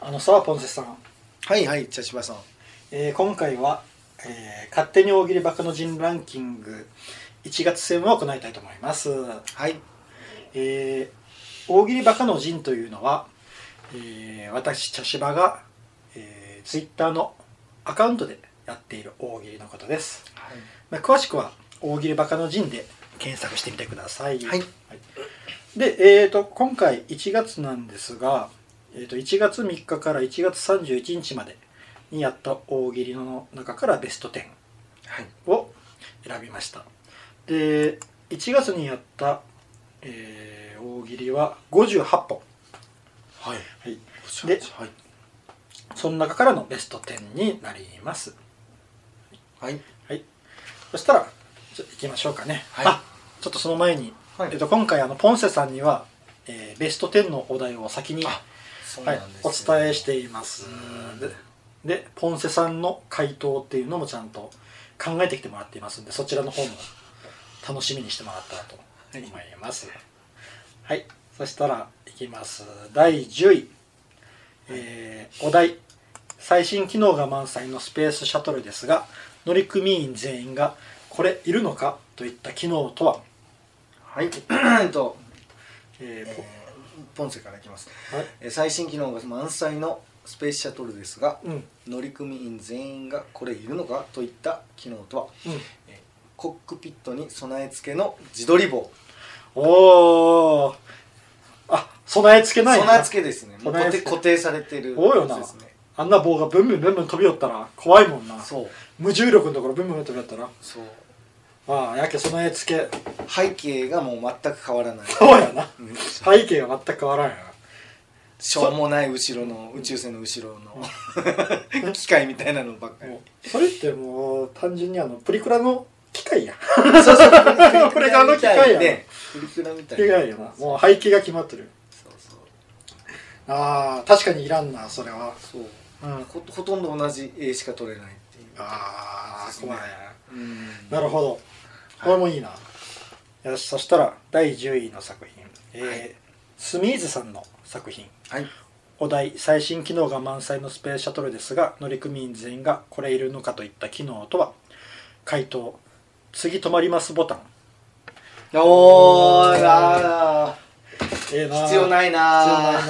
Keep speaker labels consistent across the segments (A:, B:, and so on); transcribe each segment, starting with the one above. A: あのさあポンセさん、
B: はいはい茶芝さん
A: えー今回は、えー勝手に大喜利バカの陣ランキング1月戦を行いたいと思います、
B: はい
A: えー大喜利バカの陣というのは、えー私茶芝が、えー、ツイッターのアカウントでやっている大喜利のことです、まあ、詳しくは大喜利バカの陣で検索してみてください、
B: はい
A: で、えー、と今回1月なんですが、えー、と1月3日から1月31日までにやった大喜利の中からベスト10
B: はい
A: を選びましたで1月にやった、えー大喜利は58本、
B: はい
A: はい、
B: で
A: で
B: はい
A: その中からのベスト10になります
B: はい
A: そしたらちょっといきましょうかね、
B: はい
A: あちょっとその前に、
B: はい
A: えっと今回あのポンセさんには、えーベスト10のお題を先に、
B: あそう
A: は
B: ないんです、ね
A: お伝えしています
B: うん
A: ででポンセさんの回答っていうのもちゃんと考えてきてもらっていますんでそちらの方も楽しみにしてもらったらと思いますはい、そしたらいきます第10位、えーお題最新機能が満載のスペースシャトルですが乗組員全員がこれいるのかといった機能とは、
B: はいえっと、
A: え
B: え
A: ー
B: ー、ポンセからいきます、
A: はい
B: えー最新機能が満載のスペースシャトルですが
A: うんうん
B: 乗組員全員がこれいるのかといった機能とはコックピットに備え付けの自撮り棒
A: おおあ備え付けないな
B: 備え付けですねもう
A: 備え
B: 固
A: 付け
B: 定固定されてる
A: そうよな
B: やつですね
A: あんな棒がブンブンブンブン飛び寄ったら怖いもんな
B: そう
A: 無重力のところブンブン飛び寄ったら
B: そう
A: ああやけ備え付け
B: 背景がもう全く変わ らない
A: そうやな
B: うん
A: 背景が全く変わらんや
B: しょうもない後ろの宇宙船の後ろ の機械みたいなのばっか
A: な
B: り
A: もうそれってもう単純にあのプリクラの機械や
B: そう そう
A: これがあの機械や
B: ねプリクラみたい
A: 機械やなもう背景が決まってる
B: そうそう
A: ああ確かにいらんなそれは
B: そう
A: うん
B: ほほとんど同じ絵しか撮れないっていう
A: ああ怖い
B: うん
A: なるほどこれもいいな、よしそしたら第10位の作品、えー
B: はい
A: スミーズさんの作品
B: はい
A: お題最新機能が満載のスペースシャトルですが乗組員全員がこれいるのかといった機能とは回答次止まりますボタン
B: おーあ
A: ええな
B: ー必要
A: い
B: ない
A: 必要ない
B: な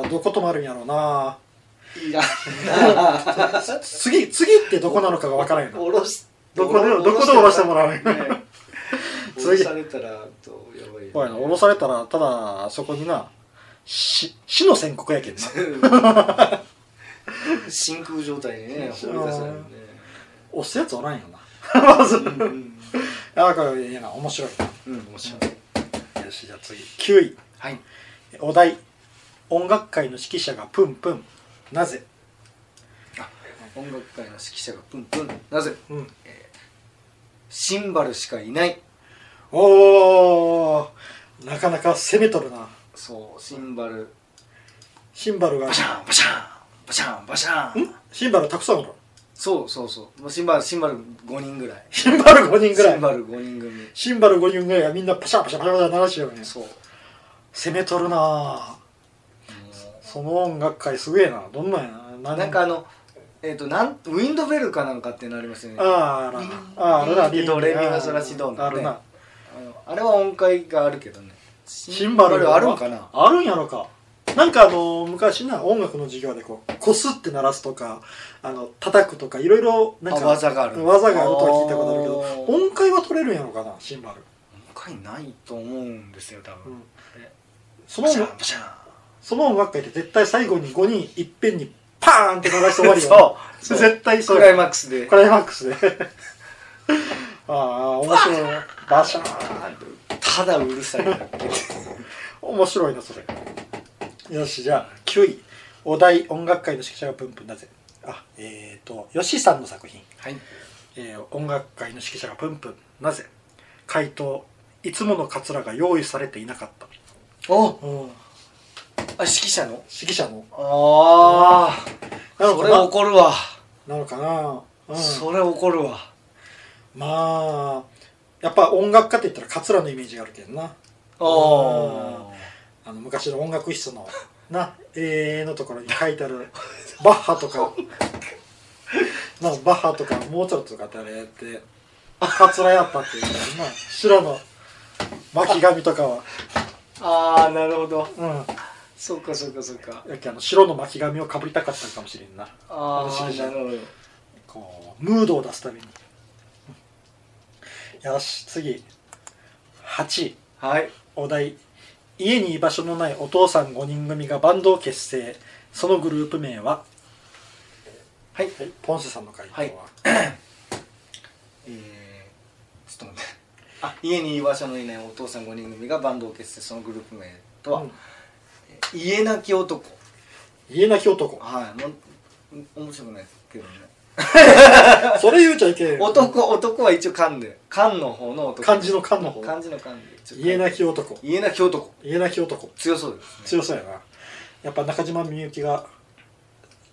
A: などこ止まるんやろうない
B: らんなー
A: 次次ってどこなのかがわからんよな
B: おろし
A: どこでどこで下ろしてもらう
B: ね下ろさ れたらとやばいよね
A: おいな降ろされたらただそこにな死死の宣告やけんな
B: 真空状態にね放り出されるね
A: 押すやつおらんよ なまず
B: うんうん
A: あーこれいいな面白い
B: うん面白い
A: よしじゃあ次9位
B: はい
A: お題音楽界の指揮者がプンプンなぜ
B: 音楽界の指揮者がプンプンなぜ
A: うん
B: シンバルしかいない
A: おおなかなか攻めとるな
B: そうシンバル
A: シンバルが
B: バシャンバシャンバシャンバシャン
A: んシンバルたくさんおる
B: そうそうそうもうシンバルシンバル5人ぐらい
A: シンバル5人ぐら
B: シン
A: い
B: バル5人組
A: シンバル5人ぐらいがみんなパシャパシャパシャパシャ鳴らしてるよね
B: そう
A: 攻めとるなその音楽界すげえなどんなんやな何
B: なんかあのえっとなんウィンドベルかなんかってなりますよね
A: あーああるなあるな
B: ドレミファソラシドのね
A: あるな
B: あのあれは音階があるけどね
A: シンバル
B: あるんかな
A: あるんやろかなんかあの昔な音楽の授業でこうこすって鳴らすとかあの叩くとかいろいろなんか
B: あ技がある
A: 技があるとは聞いたことあるけど
B: あー
A: 音階は取れるんやろかなシンバル、
B: 音階ないと思うんですよ多
A: う
B: 分、
A: ん
B: え、
A: その
B: ンシャン
A: その音楽会って絶対最後に5人いっぺんにパーンって鳴らして終わりよ
B: そう
A: 絶対そう
B: クライマックスで
A: クライマックスで ああ面白いバシャーン
B: ただうるさいだ け
A: 面白いなそれよしじゃあ9位お題音楽界の指揮者がプンプンなぜあえー、と吉さんの作品、
B: はい
A: えー音楽界の指揮者がプンプンなぜ回答いつものカツラが用意されていなかった、
B: お
A: 指
B: あ指揮者の
A: 揮者の
B: ああ
A: なの
B: そ
A: か
B: れ
A: な
B: 怒るわ、
A: なのかな、うん、
B: それ怒るわ
A: まあやっぱ音楽家って言ったらカツラのイメージがあるけどな
B: おー
A: あの昔の音楽室の な「えー」のところに書いてある バッハとかなバッハとかモーツァルトとかってあれやって桂やったっていうからな白の巻紙とかは
B: ああなるほど
A: うん
B: そうかそうかそうか
A: やけあの白の巻紙をかぶりたかったんかもしれんな
B: あ
A: 楽し
B: あ
A: みじゃ
B: なんるほど
A: こうムードを出すためによし次8位
B: はい
A: お題家に居場所のないお父さん5人組がバンドを結成そのグループ名は
B: はい
A: ポンセさんの回答は、
B: はいえー、ちょっと待ってあ家に居場所のいないお父さん5人組がバンドを結成そのグループ名とは、
A: うん
B: 家なき男
A: 家なき男
B: はいもう面白くないですけどね
A: それ言うちゃいけんよ
B: 男男は一応勘で勘の方の男
A: 漢字の漢の方
B: 漢字の勘でちょっと
A: 家なき男
B: 家なき男
A: 家なき男
B: 強そうです、ね、
A: 強そうやなやっぱ中島みゆきが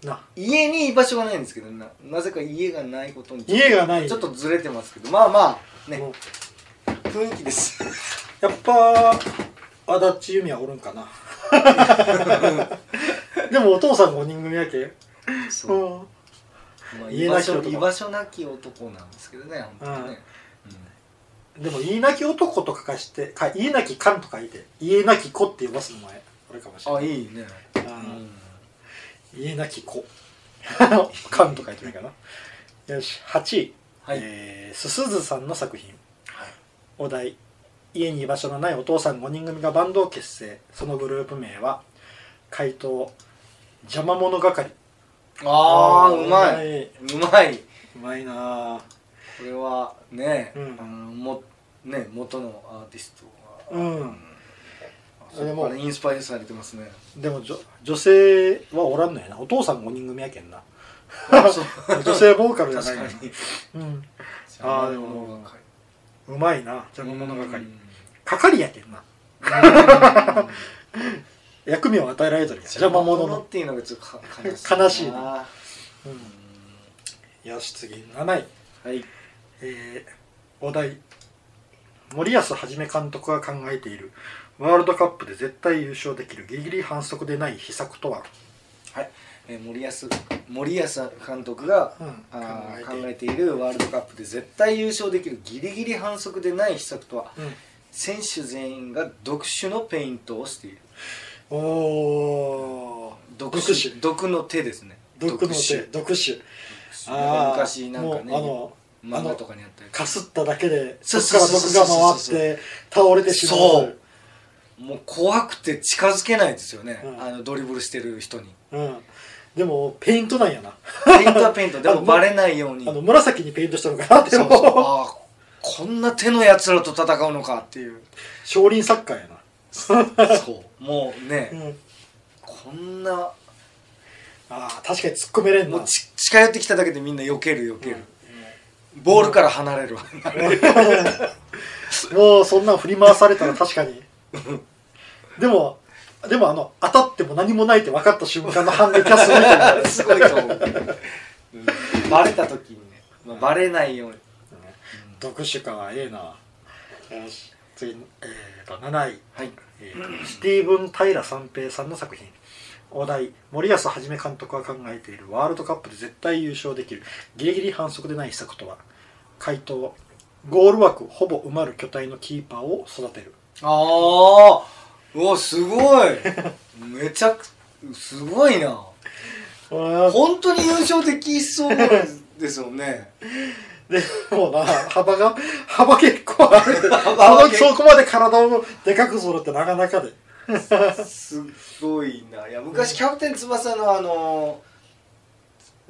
A: な
B: 家に居場所がないんですけどななぜか家がないことに
A: 家がない
B: ちょっとずれてますけどまあまあね
A: もう
B: 雰囲気です
A: やっぱ足立由美はおるんかな でもお父さん5人組やけ
B: そう
A: うん
B: まあ
A: 家
B: 居
A: な
B: 場
A: き男
B: 所居場所なき男なんですけどね本当にね、
A: でも家なき男とかかしてか家なき勘とか言って家なき子って呼ばすの前あれかもしれ
B: う
A: な
B: んあ
A: い
B: いいね、
A: うん
B: うん
A: 家なき子勘 とか言ってないかなよし8位、
B: はい、
A: えーすすずさんの作品
B: はい
A: お題家に居場所のないお父さん5人組がバンドを結成そのグループ名は回答邪魔者係
B: ああ
A: ー
B: うまい
A: いう
B: まいう
A: まいなあ
B: これはね、
A: うん
B: あのもね元のアーティスト
A: う
B: が、
A: ん
B: それもインスパイアされてますね
A: でもじょ女性はおらんのやなお父さん5人組やけんな
B: そう
A: 女性ボーカルじゃ
B: 確
A: ない
B: か
A: の
B: に
A: うんあーでもうまいな邪魔者
B: う
A: 係
B: ん
A: 係やけんな 役目を与えられてるやん邪魔者の
B: っていうのがちょっとか
A: 悲しいね
B: な
A: うんよし次7位
B: はい
A: えーお題森保一監督が考えているワールドカップで絶対優勝できるギリギリ反則でない秘策とは、
B: はい、えー森保森保監督が、
A: うん
B: あー
A: 考
B: 考
A: えている
B: えているワールドカップで絶対優勝できるギリギリ反則でない秘策とは選手全員が独手のペイントをしている
A: おお
B: 毒
A: 毒手
B: 手毒の手ですね
A: 毒の手
B: 手
A: 毒手
B: なんか
A: ー
B: 昔なんかね
A: もうあのあ
B: 漫画
A: の
B: とかにあったや
A: かすっただけでそ
B: そう
A: っ
B: そ
A: か
B: う
A: ら
B: そ
A: 毒
B: うそう
A: が回って倒れてしまう
B: そうつもう怖くて近づけないですよね、
A: うん
B: あのドリブルしてる人 に
A: うん、でもペイントなんやな
B: ペイントはペイントで
A: あの
B: もバレないように
A: あの紫にペイントしたのかなって
B: そう
A: も
B: そ うああこんな手のやつらと戦うのかっていう
A: 少林サッカーやな、
B: そうもうね、
A: うん、
B: こんな
A: あー確かに突っ込めれんな
B: もうち近寄ってきただけでみんな避ける避け
A: う
B: る
A: ん、
B: ボールから離れる
A: もうそんなん振り回されたら確かにでもでもあの当たっても何もないって分かった瞬間の反撃はすごいと思う
B: すごいと思う、うんバレた時にね、まあ、バレないように、
A: 特殊感はええなよし次えー、と7位、
B: はい
A: えースティーブン・平三平さんの作品お題森保一監督が考えているワールドカップで絶対優勝できるギリギリ反則でない秘策とは回答ゴール枠ほぼ埋まる巨体のキーパーを育てる
B: ああうわすごいめちゃくすごいな本当に優勝できそうですもんね
A: でもうな幅が幅結構ある
B: 幅結構
A: そこまで体をでかくするってなかなかです
B: ごいないや昔キャプテン翼のあの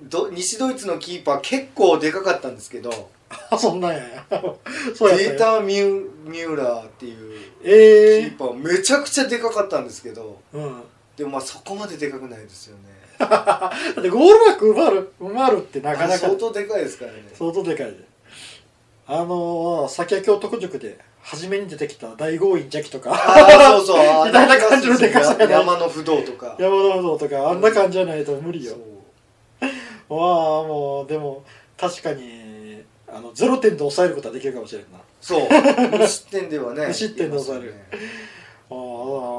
B: ど西ドイツのキーパー結構でかかったんですけど
A: あそんなんや そうやったんや
B: データー・ミュミューラーっていうキ
A: ええ
B: ーパーめちゃくちゃでかかったんですけど
A: うん、
B: でもまあそこまででかくないですよね
A: だってゴール枠埋まる埋まるってなかなか
B: 相当でかいですからね
A: 相当でかいであのー、先は京徳塾で初めに出てきた大豪院邪気とか
B: ああそうそうあ ー
A: みたいな感じのでかさやな
B: 山の不動とか
A: 山田不動とかあんな感じじゃないと無理よ
B: そう
A: まあもうでも確かにあの0点で抑えることはできるかもしれんな
B: そう無失点ではね
A: 無失点で抑えるあ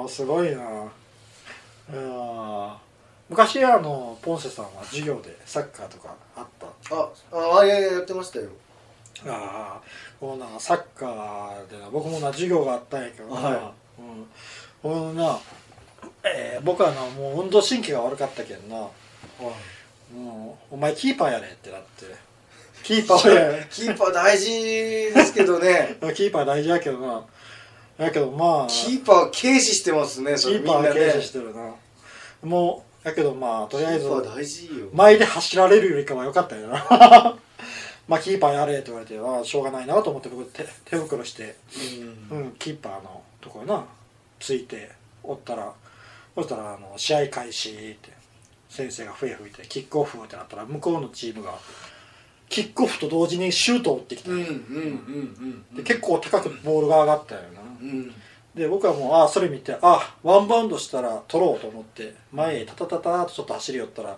A: あすごいなあー昔あのポンセさんは授業でサッカーとかあった
B: あああいやいややってましたよ
A: ああこうなサッカーでな僕もな授業があったんやけどな、
B: は
A: うん、ほんな、えー僕はなもう運動神経が悪かったけんなもうお前キーパーやれってなってキーパーや れ
B: キーパー大事ですけどね
A: キーパー大事やけどなやけどまあ
B: キーパー軽視してますねそ
A: キ
B: れ
A: ー
B: みん
A: パ
B: なね
A: ー軽視してるなもうやけどまあとりあえず
B: キーパー大事よ
A: 前で走られるよりかは良かったよな まあキーパーやれって言われてああしょうがないなと思って僕手手袋して
B: う
A: うんん、キーパーのところなついておったらそしたらあの試合開始って先生が笛吹いてキックオフってなったら向こうのチームがキックオフと同時にシュートを打ってきた、
B: うんうんうんうん
A: で結構高くボールが上がったよな、
B: うん
A: で僕はもうああそれ見てあワンバウンドしたら取ろうと思って前へタタタターとちょっと走り寄ったら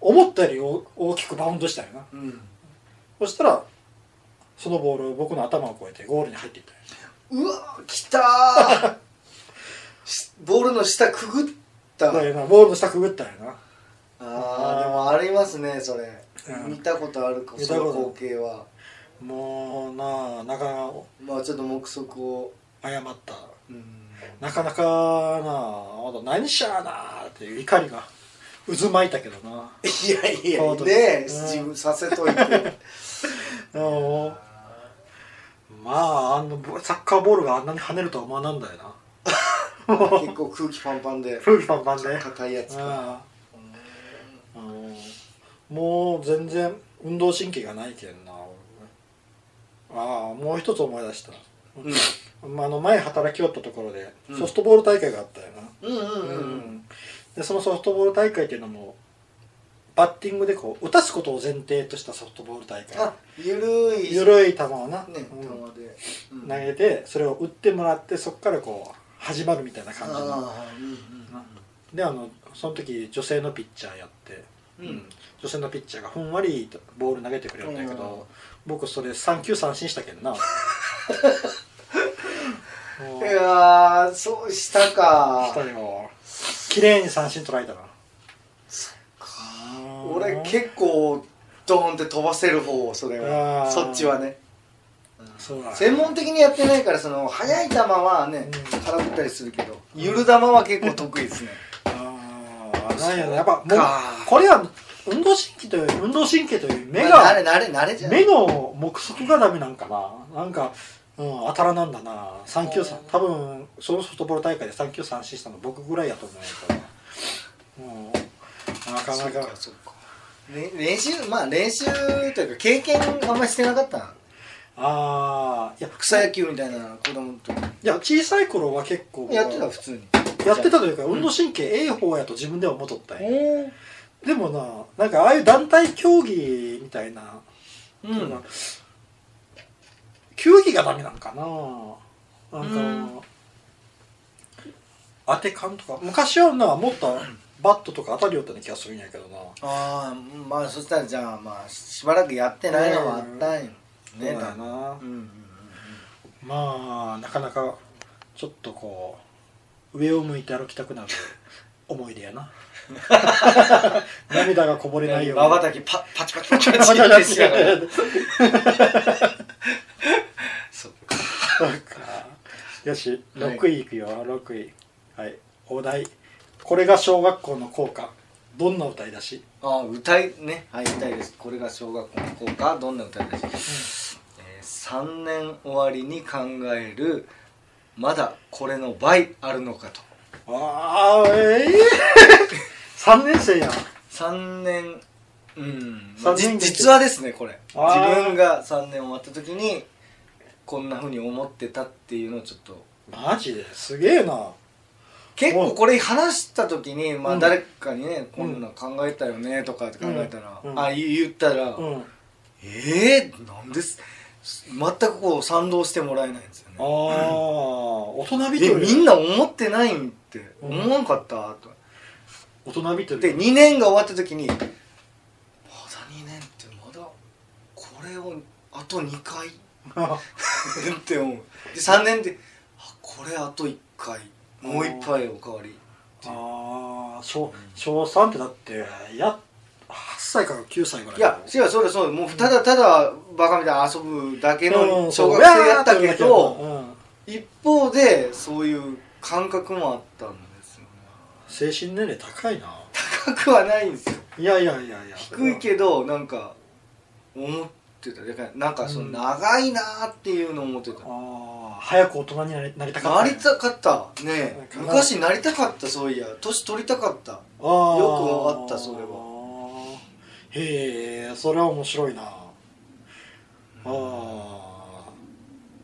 A: 思ったより大大きくバウンドしたよな
B: うん
A: そしたらそのボールを僕の頭を越えてゴールに入っていったよ
B: うわきたーしボールの下くぐった
A: だからなボールの下くぐったよな
B: ああでもありますねそれ、
A: うん
B: 見たことあるかも
A: 見
B: そ
A: たこと
B: の光景は
A: もうなあなかなか
B: まあちょっと目測を
A: 謝った
B: うん
A: なかなかなああなた何しゃあなあっていう怒りが渦巻いたけど ない
B: やいや
A: そうだ
B: ねえ
A: うん
B: 自分させといて
A: あのまああのボサッカーボールがあんなに跳ねるとは思わなんだよな
B: 結構空気パンパンで
A: 風紀パンパンで
B: 硬いやつか
A: あああのもう全然運動神経がないけんな俺ああもう一つ思い出した、
B: うん
A: まあ、あの前働きよったところで
B: うん
A: ソフトボール大会があったよな、
B: うんうんうん
A: でそのソフトボール大会っていうのもバッティングでこう打たすことを前提としたソフトボール大会
B: あゆるいね
A: 緩い球をな、
B: 球
A: うん
B: で、うん
A: 投げてそれを打ってもらってそこからこう始まるみたいな感じの
B: ああうん
A: であのその時女性のピッチャーやって、
B: うんうん
A: 女性のピッチャーがふんわりとボール投げてくれるんだけど、僕それ3球三振したけん なも
B: いうやーそうしたか
A: したよ綺麗に三振取られたな
B: 俺結構ドーンって飛ばせる方それ
A: あ
B: は
A: ー
B: そっちはね
A: そうだね
B: 専門的にやってないからその速い球はね
A: うん
B: 空振ったりするけどゆる球は結構得意ですね
A: ああなんやろやっぱ
B: そ
A: も
B: っ
A: う
B: か
A: これは運動神経という運動神経という 目
B: まあ慣
A: が
B: れ慣れ慣れじゃん
A: 目の目測がダメなんかななんか、うん、当たらなんだな三球三多分そのソフトボール大会で三球三振したの僕ぐらいやと思うんやけど、うん、なか
B: そ
A: な
B: っ
A: か
B: かそっかれ練習まあ練習というか経験あんまりしてなかったな
A: ああいや
B: 草野球みたいな子供と
A: いや小さい頃は結構
B: やってた普通に
A: やってたというか運動神経ええ方やと自分では思っとったんや
B: おー
A: でもななんかああいう団体競技みたいな
B: う
A: うん
B: ん
A: 球技がダメなんかななんか、
B: うん
A: 当て感とか昔はなもっとバットとか当たるようだった気がするんやけどな
B: ああまあそしたらじゃあまあしばらくやってないのはあったんよね
A: そうだな
B: うんうんうん
A: まあなかなかちょっとこう上を向いて歩きたくなる思い出や な涙がこぼれないように
B: まばたきパパチパチパチパ
A: パチ
B: チ
A: パチ
B: っ
A: パ
B: て
A: チ
B: しながらそうか
A: そうかよし
B: はい
A: 6位いくよ6位はいお題これが小学校の校歌どんな歌い出し
B: ああ歌いねはい歌いですこれが小学校の校歌どんな歌いです、えー、3年終わりに考えるまだこれの倍あるのかと
A: ああええ3年生やん
B: 3年うん
A: 三
B: じ
A: 年です
B: 実はですねこれ自
A: あー
B: 分が3年終わった時にこんなふうに思ってたっていうのをちょっと
A: マジですげえな
B: 結構これ話した時に、ま
A: う
B: あ、
A: ん
B: 誰かにね、こんなん考えたよねとかって考えたら、
A: うん
B: あ言言ったら、
A: うん
B: えー、なんです全くこう賛同してもらえないんですよね
A: ああ大人びと
B: えみん
A: る
B: な思ってないんって
A: うん
B: 思わんかったと
A: 大人びとる
B: で2年が終わった時にまだ2年ってまだこれをあと2 回って思うで3年であこれあと1回もう一杯おかわりっていう
A: ああ小小3ってだってや8歳から9歳ぐらい
B: いや違うそれそうもうただただバカみたいに遊ぶだけ
A: う
B: の
A: ん
B: 小学生やったけ
A: う
B: ど
A: ん
B: 一方でそういう感覚もあったんですよね
A: 精神年齢高いな
B: 高くはないんですよ
A: いやいやいやいや
B: 低いけどなんか思ってただからなんかその長いなーっていうのを思ってた、
A: ああ早く大人になりなりたかった
B: なりたかったねえ
A: なんか
B: 昔なりたかったそういや年取りたかった
A: あー
B: よくあったそれ
A: はへえそれは面白いなああ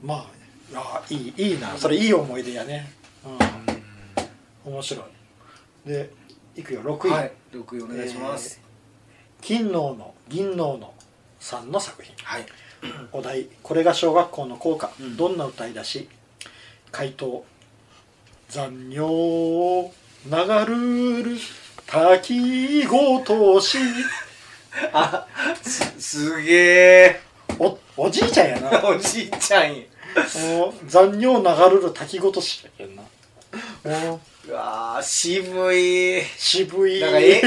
A: まあいやいいいいなそれいい思い出やねうん面白いでいくよ6位、
B: はい6位お願いします、
A: えー金の斧銀の斧さんの作品
B: はい
A: お題「これが小学校の校歌」
B: うん
A: どんな歌い出し回答「残尿流るる滝ごとし
B: あすすげえ
A: お」おじいちゃんやな
B: おじいちゃんや
A: もう残尿流るる滝ごとしやけんなもう
B: うわー渋い
A: 渋い
B: なんかえええ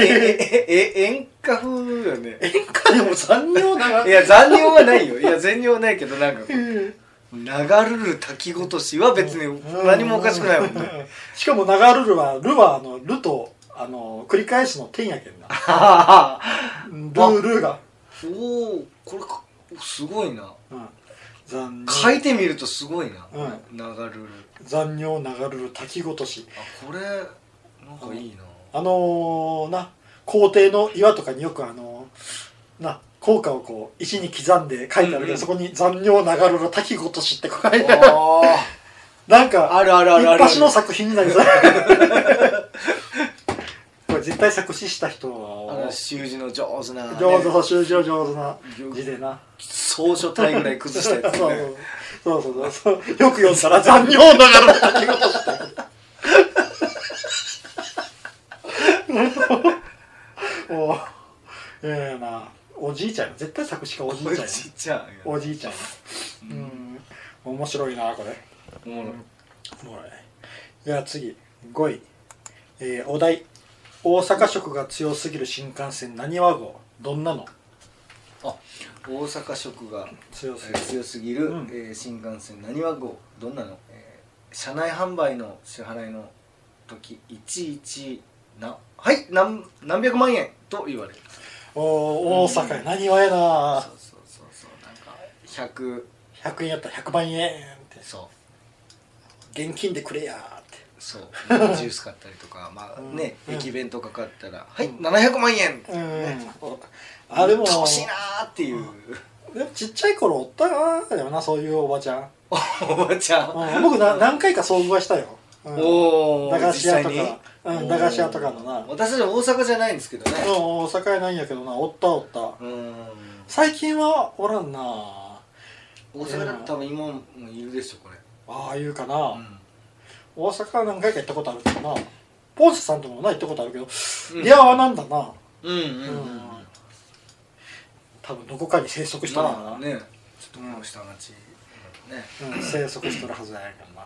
B: ええ演歌風よ ね
A: 演歌でも残尿
B: い
A: 流る
B: や残尿はないよいや残尿はないけどなんかこう流るる滝ごとしは別に何もおかしくないもん ね
A: しかも流るるはるはあのるとあの繰り返すの天やけんなルールが、
B: おおこれかすごいな
A: うん、残尿
B: 書いてみるとすごいな、
A: う
B: 流るる
A: 残尿流るる滝ごとし
B: あこれなんかいいな
A: あのーな校庭の岩とかによくあのーな効果をこう石に刻んで書いてあるけど、
B: うんうん
A: そこに「残尿流るる滝ごとし」って書いてある
B: あ
A: なんか
B: あるあるあるある
A: 一発の作品になり そうこれ絶対作詞した人
B: あの
A: は
B: 習字の上手な、ね、
A: 上手そう習字の上手な字でな
B: 草書体ぐらい崩したや つ、
A: そう
B: ね、
A: そうそうそうそうよく読んだら残尿ながら書き事したおいやいやなおじいちゃんや絶対作詞家おじいちゃんや
B: おじいちゃんや
A: おじいちゃんやうん面白いなこれ
B: おもろい
A: もらえじゃあ次5位、えーお題大阪色が強すぎる新幹線なにわ号どんなの
B: 大阪色が
A: 強す
B: え
A: ぎ
B: ー
A: る
B: 強すぎる、
A: うん
B: えー新幹線なにわ号どんなの、えー車内販売の支払いの時いちいちなはい何何百万円と言われる
A: おー大阪やなにわや
B: そ
A: な
B: うそうそうそうなんか100
A: 100円やったら100万円って
B: そう
A: 現金でくれやーって
B: そう ジュース買ったりとかまあね、
A: うん
B: 駅弁とか買ったら、
A: うん
B: はい700万円、
A: うんあでも
B: 欲しいなーっていう、
A: でもちっちゃい頃おったなでもなそういうおばちゃん、
B: おばちゃん、
A: うん、僕な何回か遭遇はしたよ、うん
B: おお
A: 駄菓子屋とか
B: 実際
A: うん
B: に
A: 駄菓子屋とかのな
B: おー私たち大阪じゃないんですけどね
A: うん大阪やないんやけどなおったおった
B: うん
A: 最近はおらんな
B: 大阪だと多分今もいるでしょこれ、
A: ああいうかな、
B: うん
A: 大阪は何回か行ったことあるけどなポンセさんともな行ったことあるけど、
B: うん
A: いやはなんだな
B: うんうんうん、
A: うん多分どこかに生息したな、
B: まあねちょっともう下町ね
A: うん、生息してるはずやけどな、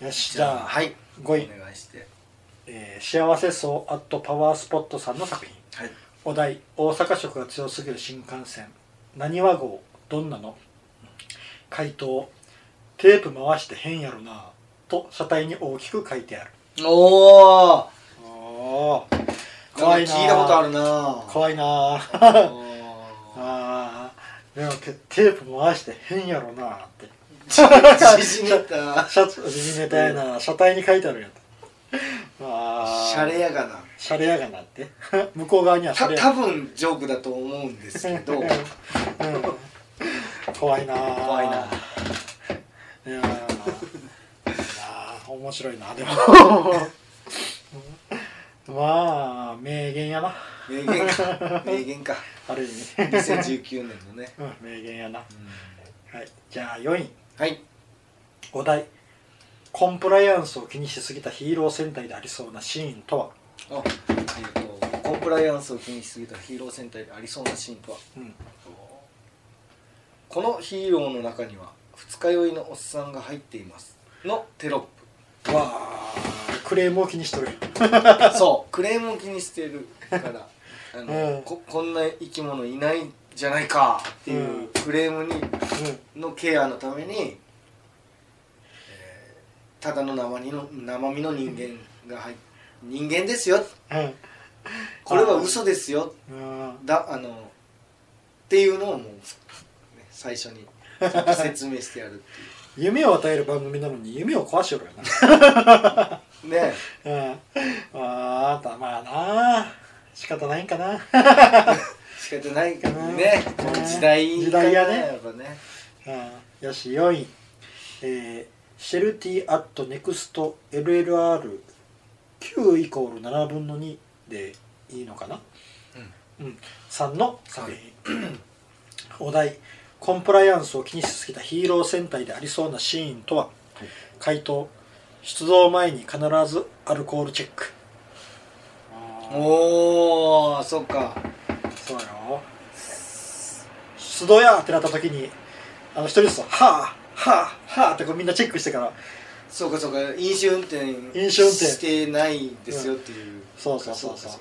A: うん、よし
B: じ
A: じゃ
B: ゃあ
A: あ
B: はい
A: 5位
B: お願いして
A: えー幸せそうアットパワースポットさんの作品
B: はい
A: お題大阪色が強すぎる新幹線なにわ号どんなの回答テープ回して変やろなと車体に大きく書いてある
B: おお
A: あー
B: 怖
A: 怖
B: い
A: いな
B: 聞いたことあるな
A: 怖いな
B: あ
A: あ
B: ー
A: あーでもテテープ回して変やろなって
B: 縮めた
A: シャツ縮めたいな車体に書いてあ るやんあ
B: シ
A: ー
B: ャレやがな
A: シャレやがなって 向こう側にはシャ
B: た
A: レやがな
B: 多分ジョークだと思うんですけど
A: うん怖いなぁ
B: 怖いない
A: やぁなあ面白いな でもまあ名言やな
B: 名言か名言か
A: ある意味、
B: 2019年のね、
A: うん、名言やな、
B: うん
A: はい、じゃあ4位
B: はい
A: お題コンプライアンスを気にしすぎたヒーロー戦隊でありそうなシーンとは、
B: あえっとコンプライアンスを気にしすぎたヒーロー戦隊でありそうなシーンとは
A: うん、
B: このヒーローの中には二日酔いのおっさんが入っていますのテロップ
A: わあクレームを気にしとる
B: そうクレームを気にしてるからあの、
A: うん
B: ここんな生き物いないじゃないかっていうクレームにのケアのために、えーただの生身の生身の人間が入っ人間ですよ
A: うん
B: これは嘘ですよ
A: うんうん
B: だあのっていうのをもう、ね最初にちゃんと説明してやるっ
A: 夢を与える番組なのに夢を壊しよるよな
B: ていうね
A: うんああたまあな仕方ないんかな
B: 仕方ないけど
A: うん
B: ね
A: うん
B: 時代
A: 時代やね
B: やっぱね
A: うんよし4位、えーシェルティアットネクスト LLR9 イコール7分の2でいいのかな、うん3の作品、お題コンプライアンスを気にしすぎたヒーロー戦隊でありそうなシーンとは回答出動前に必ずアルコールチェック
B: おーそっか
A: そうよ出動やってなった時にあの一人ずつ「はあはあはあ」ってこうみんなチェックしてから
B: そうかそうか飲酒運転
A: 飲酒運転
B: してないですよっていう、
A: そうそうそうそう
B: か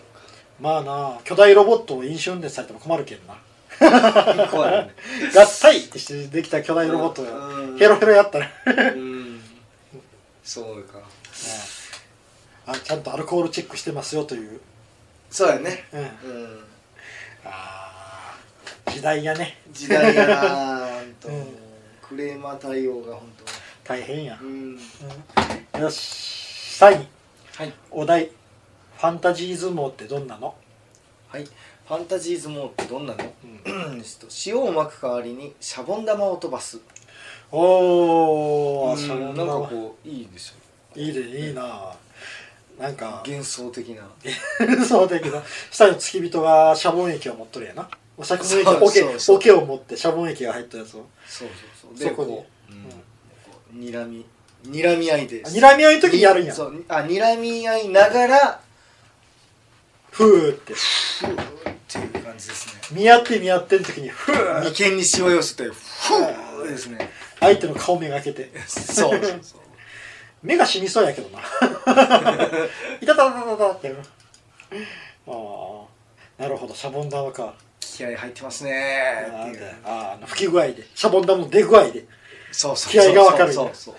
A: まあなあ巨大ロボットを飲酒運転されても困るけん な
B: そうか怖 いよね
A: 合体してできた巨大ロボットが
B: うん
A: ヘロヘロやったら、ね
B: うんそうか
A: あちゃんとアルコールチェックしてますよという、
B: そうやね
A: うん、
B: うん
A: あー時代やね
B: 時代やなほんと、
A: うん
B: クレーマー対応が本
A: 大変や
B: 当、うん
A: うん、よし3位
B: はい
A: お題「ファンタジー相撲ってどんなの?
B: はいファンタジー相撲ってどんなの
A: うん」
B: 塩をまく代わりにシャボン玉を飛ばす
A: おお、
B: うん
A: そんな
B: な
A: ん
B: かこういいでし
A: いいでいいななん
B: ょ
A: か
B: 幻想的な
A: そうだけど下の付き人がシャボン液を持っとるやなお酒の
B: そう
A: 液
B: そう
A: オケ
B: そう
A: オケを持ってシャボン液が入ったやつを
B: そうそうそう
A: そこに
B: う、
A: うん
B: こう睨み睨み合いで
A: あ
B: す
A: 睨み合いの時にやるんや
B: そうあ睨み合いながら
A: ふーって
B: ふーっていう感じですね
A: 見合って見合ってる時にふーって
B: 眉間にしわ寄せてふーですね
A: 相手の顔めがけて
B: そうそうそう
A: 目が死にそうやけど ないたたたたたってやるああなるほどシャボン玉か
B: 気合入ってます
A: あ
B: ね
A: ー
B: っていう
A: あーあの吹き具合でシャボン玉の出具合で
B: そうそう
A: 気合がわかる
B: そうそう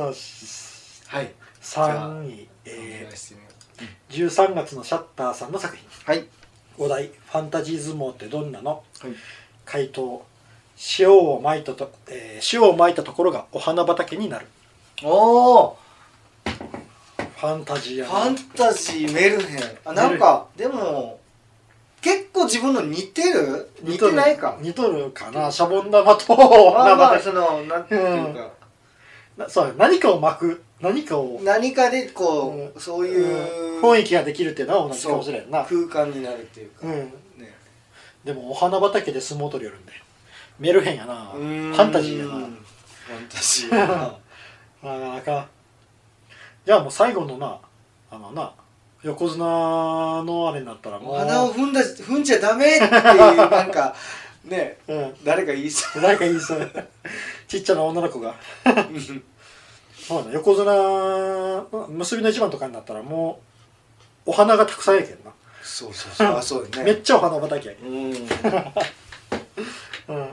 A: よし
B: はい
A: 3位、え
B: お願いしてみよう
A: ー、13月のシャッターさんの作品
B: はい
A: お題「ファンタジー相撲ってどんなの?
B: はい」
A: 回答塩をまいたと、えー塩をまいたところがお花畑になる
B: おお
A: ファンタジーや
B: フ
A: な
B: ァンタジーメルヘンあなんかでも結構自分の似てる似
A: と
B: て
A: る
B: ないか
A: 似とるかなシャボン玉とお
B: まあ
A: 花
B: まあ
A: 畑、
B: そのなんていうか、
A: なそう何かを巻く何かを、
B: 何かでこう、
A: うん
B: そういう、
A: うん雰囲気ができるっていうのは同じ
B: そう
A: かもしれんな
B: 空間になるっていうか、
A: う
B: ね
A: んでもお花畑で相撲取りよるんでメルヘンやなフ
B: うーん
A: ァンタジーや
B: フ
A: な
B: ァンタジーや
A: な
B: な
A: かなかじゃあもう最後のなあのな横綱のあれになったらも
B: お
A: う
B: 花を踏んだ踏んじゃダメっていうなんか ね
A: うん
B: 誰か言いそ
A: なんかいいそう ちっちゃな女の子が
B: ううん
A: そうだ横綱結びの一番とかになったらもうお花がたくさんやけんな、
B: そうそうそう あそうだ
A: め
B: ね
A: っちゃお花畑やけん、
B: うんうん
A: うん、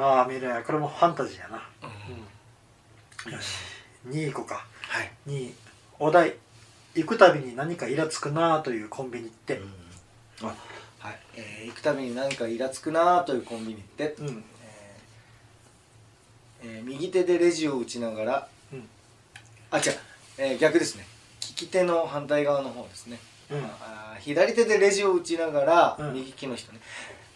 A: ああ見るやこれもファンタジーやな、うん、よし2位行こうか
B: はい、
A: 2位お題行くたびに何かイラつくなあというコンビニって
B: あはいえー行くたびに何かイラつくなというコンビニって、
A: うんうん、
B: えー右手でレジを打ちながら
A: うん
B: あ違う、えー逆ですね利き手の反対側の方ですねあー左手でレジを打ちながら、
A: うん
B: 右利きの人ね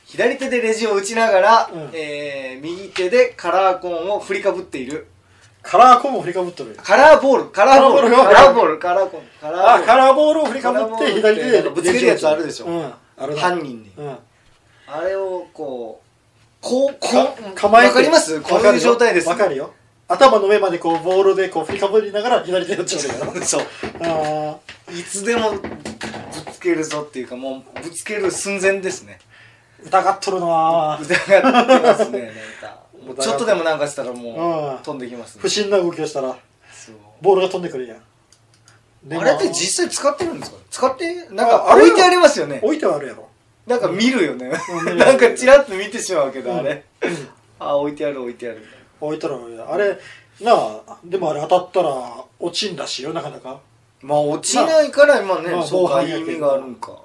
B: 左手でレジを打ちながら、
A: うん
B: えー右手でカラーコーンを振りかぶっている
A: カラーコーンを振りかぶっとる
B: カラーボールカラーボールカ
A: カラ
B: ラ
A: ー
B: ーボールカラーコーンカラ
A: あ
B: ーボ
A: カ
B: ール
A: ラーボールを振りかぶって左手で
B: ぶつけるやつあるでしょ
A: うんあるな
B: 犯人に、
A: うん
B: あれをこうこうこう
A: 構えて
B: わかりますこう
A: わかる
B: いう
A: よ
B: 状態ですね
A: わかるよ頭の上までこうボールでこう振りかぶりながら左手を打ちるから
B: そう
A: あ
B: いつでもぶつけるぞっていうかもうぶつける寸前です ね
A: ー疑っとるなー
B: 疑ってますねなんかもうちょっとでもなんかしたらもう
A: うん
B: 飛んできますね
A: 不審な動きをしたら
B: そう
A: ボールが飛んでくるじゃんで
B: あれって
A: ま
B: 実際使ってるんですか使ってな
A: あ
B: んか
A: あれ
B: 置いてありますよね
A: 置いてはあるやろ
B: なんか見るよね
A: うん 見る
B: なんかチラッと見てしまうけど、
A: うん
B: あれあ置いてある置いてある
A: 置いたら置いてあるあれなあでもあれ当たったら落ちんだしよなかなか
B: まあ落ちないから今ね、
A: まあ
B: そうか
A: 防犯やけ
B: いう
A: ど
B: 意味があるんか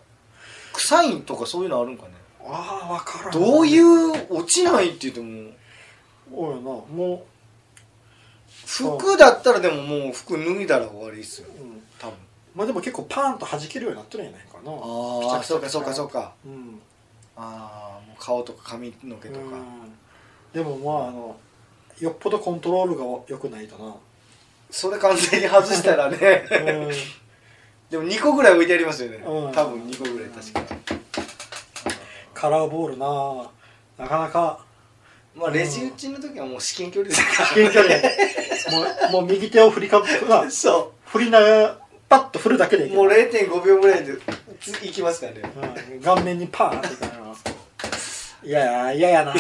B: 臭いとかそういうのあるんかね
A: ああ分からん
B: どういうう落ちないって言っても
A: おうやなも
B: 服だったらでももう服脱いだら終わりっすよ
A: う、うん、
B: 多分
A: まあでも結構パーンと弾けるようになってるんやないかな
B: ああそうかそうかそううか
A: うん
B: ああもう顔とか髪の毛と
A: う
B: か、
A: んでもまああのよっぽどコントロールが良くないとな
B: それ完全に外したらね でも2個ぐらい置いてありますよね、
A: うん
B: 多分2個ぐらい確か、
A: カラーボールななかなか
B: まあレジ打ちの時はもう至近距離だ
A: 至
B: か
A: 近距離やねもうもう右手を振りかぶな
B: ら そ
A: 振りながらパッと振るだけでいうけ
B: もう
A: る
B: 0.5秒ぐらいでついきますからね
A: うん顔面にパーンっていかれますいやいや嫌や な、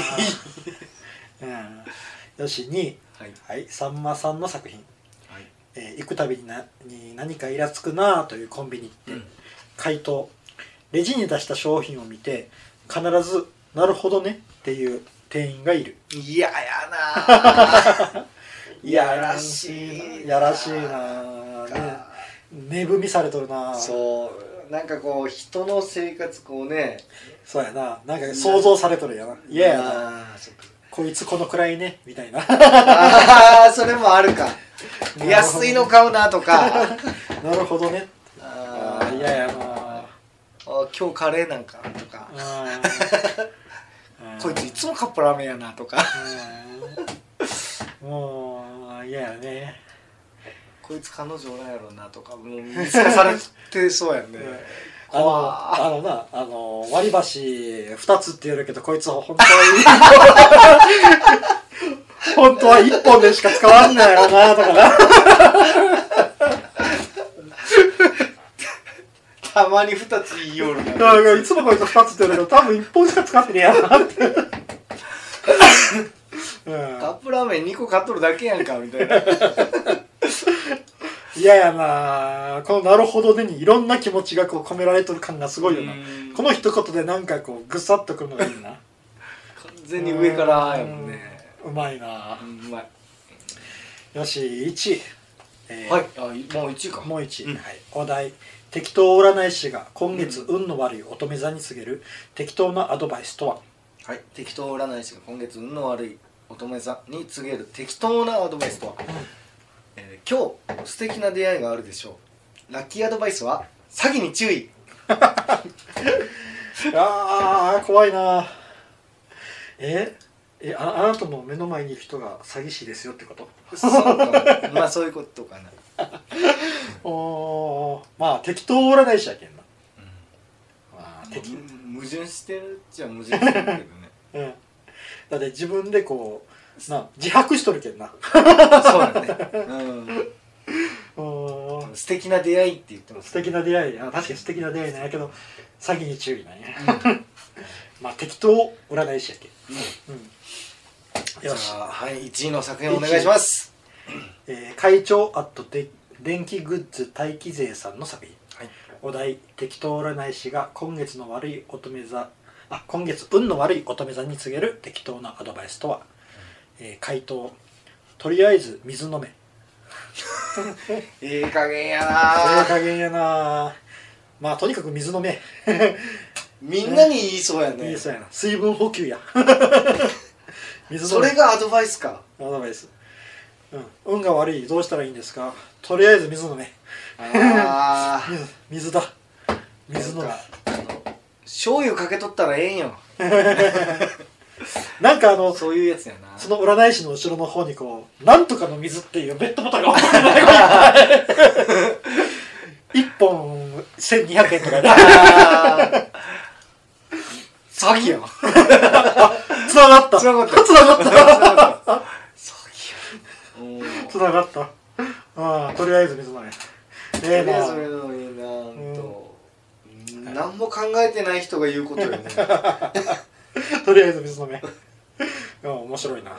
A: うん、よし2
B: はい
A: はいさんまさんの作品
B: はい
A: 「えー行くたびになに何かイラつくな」というコンビニって、
B: うん
A: 回答レジに出した商品を見て必ず「なるほどね」っていう店員がいる
B: いややなあやらしい
A: やらしいなね値踏みされとる な
B: そうなんかこう人の生活こうね
A: そうやななんか想像されとるやな嫌やな
B: あーそっか
A: こいつこのくらいねみたいな
B: あーそれもあるか
A: ほど
B: 安いの買うなと か
A: なるほどね
B: あ
A: あ
B: ー
A: ー嫌やな
B: あ今日カレーなんかと か
A: あー
B: こいついつもカップラーメンやなとか
A: うんもう嫌やね
B: こいつ彼女おらんやろなとかもう見透かされてそうやんね
A: うんあの
B: 怖
A: あのなあの割り箸2つって言えるけどこいつは本当は 本当は1本でしか使わんないよなとかな
B: たまに2つ言いよるな
A: だからいつもこいつ2つって言えるけど多分1本しか使ってねえやなって、うん
B: カップラーメン2個買っとるだけやんかみたいな
A: 嫌やなこの「なるほどね」にいろんな気持ちがこう込められとる感がすごいよな
B: うん
A: この一言でなんかこうぐさっとくるのがいいな
B: 完全に上からやもんね
A: うまいな
B: うんうまい
A: よし1、えー
B: はいあもう1位か
A: もう一、
B: うん
A: はい、お題適当占い師が今月運の悪い乙女座に告げる適当なアドバイスとは
B: はい、適当占い師が今月運の悪い乙女さんに告げる適当なアドバイスとは、えー今日素敵な出会いがあるでしょうラッキーアドバイスは詐欺に 注意
A: あー怖いなええああなたの目の前にいる人が詐欺師ですよってこと
B: そうかもまあそういうことかな、
A: おーまあ適当占い師やけんな、まあ適
B: うん、矛盾してるっちゃ矛盾してるけどね
A: うん、だって自分でこうな自白しとるけんな
B: そうだ
A: う
B: ね、
A: ー
B: うんん、素敵な出会いって言ってます
A: 素敵な出会いあ確かに素敵な出会いなんやけど詐欺に注意なんや、 まあ適当占い師やけんうん、
B: じゃ
A: よし、
B: あはい1位の作品お願いします
A: えー会長アットで電気グッズ待機税さんの作品
B: はい
A: お題適当占い師が今月の悪い乙女座あ今月運の悪い乙女座に告げる適当なアドバイスとは、えー回答とりあえず水飲め
B: ええ加減
A: ええ
B: やな
A: 加減やなまあとにかく水飲め
B: みんなに言いそうやね
A: いいそうやな水分補 給や水
B: そ
A: 飲め
B: れがアドバイスか
A: アドバイス、うん、運が悪いどうしたらいいんですかとりあえず水飲め
B: ああ
A: 水水だ水飲め
B: なんかあの醤油かけとったらええんよ
A: なんかあの
B: そういうやつやな
A: その占い師の後ろの方にこう、なんとかの水っていうペットボトルが 一本1200円とかで、
B: あー詐欺やん
A: つながった。
B: つながった
A: つながった。
B: 詐欺やん
A: つながった。ああ、とりあえず水飲め。ええ
B: ええ
A: な
B: それのになうんとうん何も考えてない人が言うことよ ね
A: とりあえず水飲め。うん面白いな。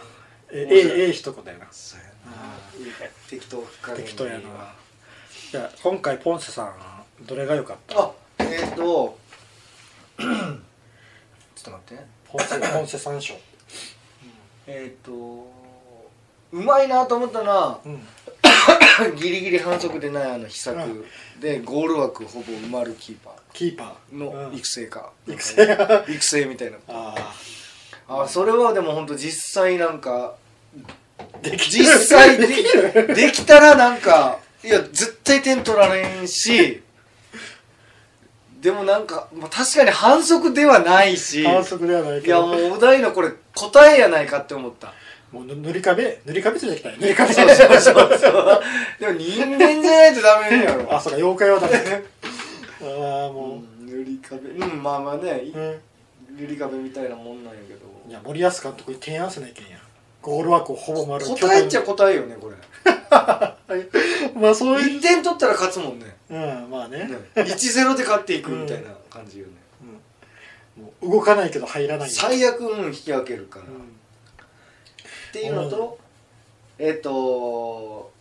A: え
B: 面白い
A: ええ、ええ一言だよな。
B: そうやな適当加減
A: 適当やなじゃあ今回ポンセさんどれが良かった
B: あえっ、ー、とちょっと待ってね
A: ポンセポンセさん賞
B: えっ、ー、とうまいなと思ったのは
A: うん
B: ギリギリ反則でないあの秘策でゴール枠ほぼ埋まるキーパ
A: キーパ
B: ー
A: ー
B: の
A: うん
B: 育成か、
A: 育成
B: 育成みたいな
A: ああ
B: あそれはでも本当実際なんか
A: でき
B: 実際
A: で
B: で
A: きる
B: できたらなんかいや絶対点取られんしでもなんか、まあ、確かに反則ではないしい
A: 反則ではないけ
B: や
A: ど
B: もうお題のこれ答えやないかって思った
A: もうぬ塗り壁塗り壁ついてきたよ塗り壁
B: そうそうそうそう でも人間じゃないとダメやろ
A: あそうか妖怪はダメああ
B: う
A: も、
B: ん塗り壁うんまあまあねいう
A: うん
B: 塗り壁みたいなもんなんやけど
A: いや森保監督に提案せないけんやゴール枠をほぼ丸
B: 答えっちゃ答えよねこれ
A: まあそういう
B: 1点取ったら勝つもんね
A: うんまあね
B: ね1-0で勝っていくみたいな感じよね、
A: もう動かないけど入らない
B: 最悪うん引き分けるから、
A: う
B: っ
A: ん
B: ていうのと、えっ、と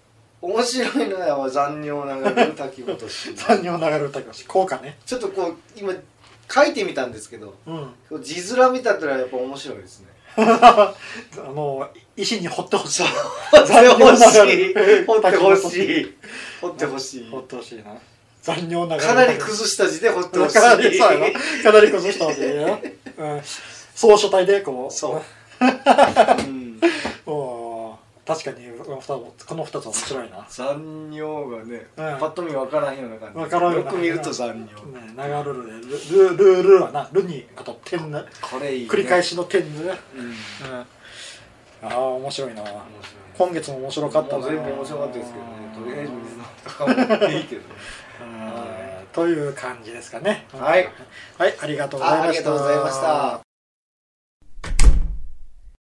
B: 面白いのは残尿ながらの滝落とし
A: 残尿流れ歌いまし効果ね
B: ちょっとこう今書いてみたんですけど
A: うん
B: こう字面見たってのはやっぱ面白いですね
A: あの石に掘ってほしい
B: 掘っ て
A: 残
B: ほ
A: 尿
B: し
A: 流
B: い
A: れ
B: 掘ってほし
A: 滝落と
B: い掘ってほしい
A: 掘ってほしいな残尿流れ
B: かなり崩した字で掘ってほしい
A: かなりそうやなかなり崩したわけやな、うん、総書体でこう
B: そううん
A: おー確かにこの2つこの二つ面白いな、
B: 残尿がね、
A: うん
B: パッと見分からへんような感じ
A: 分からんよ
B: よ
A: うな
B: く見ると残尿
A: ね、流れるでルルルルルはなルにあと点な
B: これいい、ね、
A: 繰り返、しの点でね、
B: うん、面
A: うん、ああ面白いな
B: 白い
A: 今月も面白かったな
B: もう全部面白かったですけどねとりあえず水の中もいいけど ね
A: うんという感じですかね
B: はい
A: はい、ありがとうござい
B: ああ
A: まし
B: りが
A: た
B: とうございました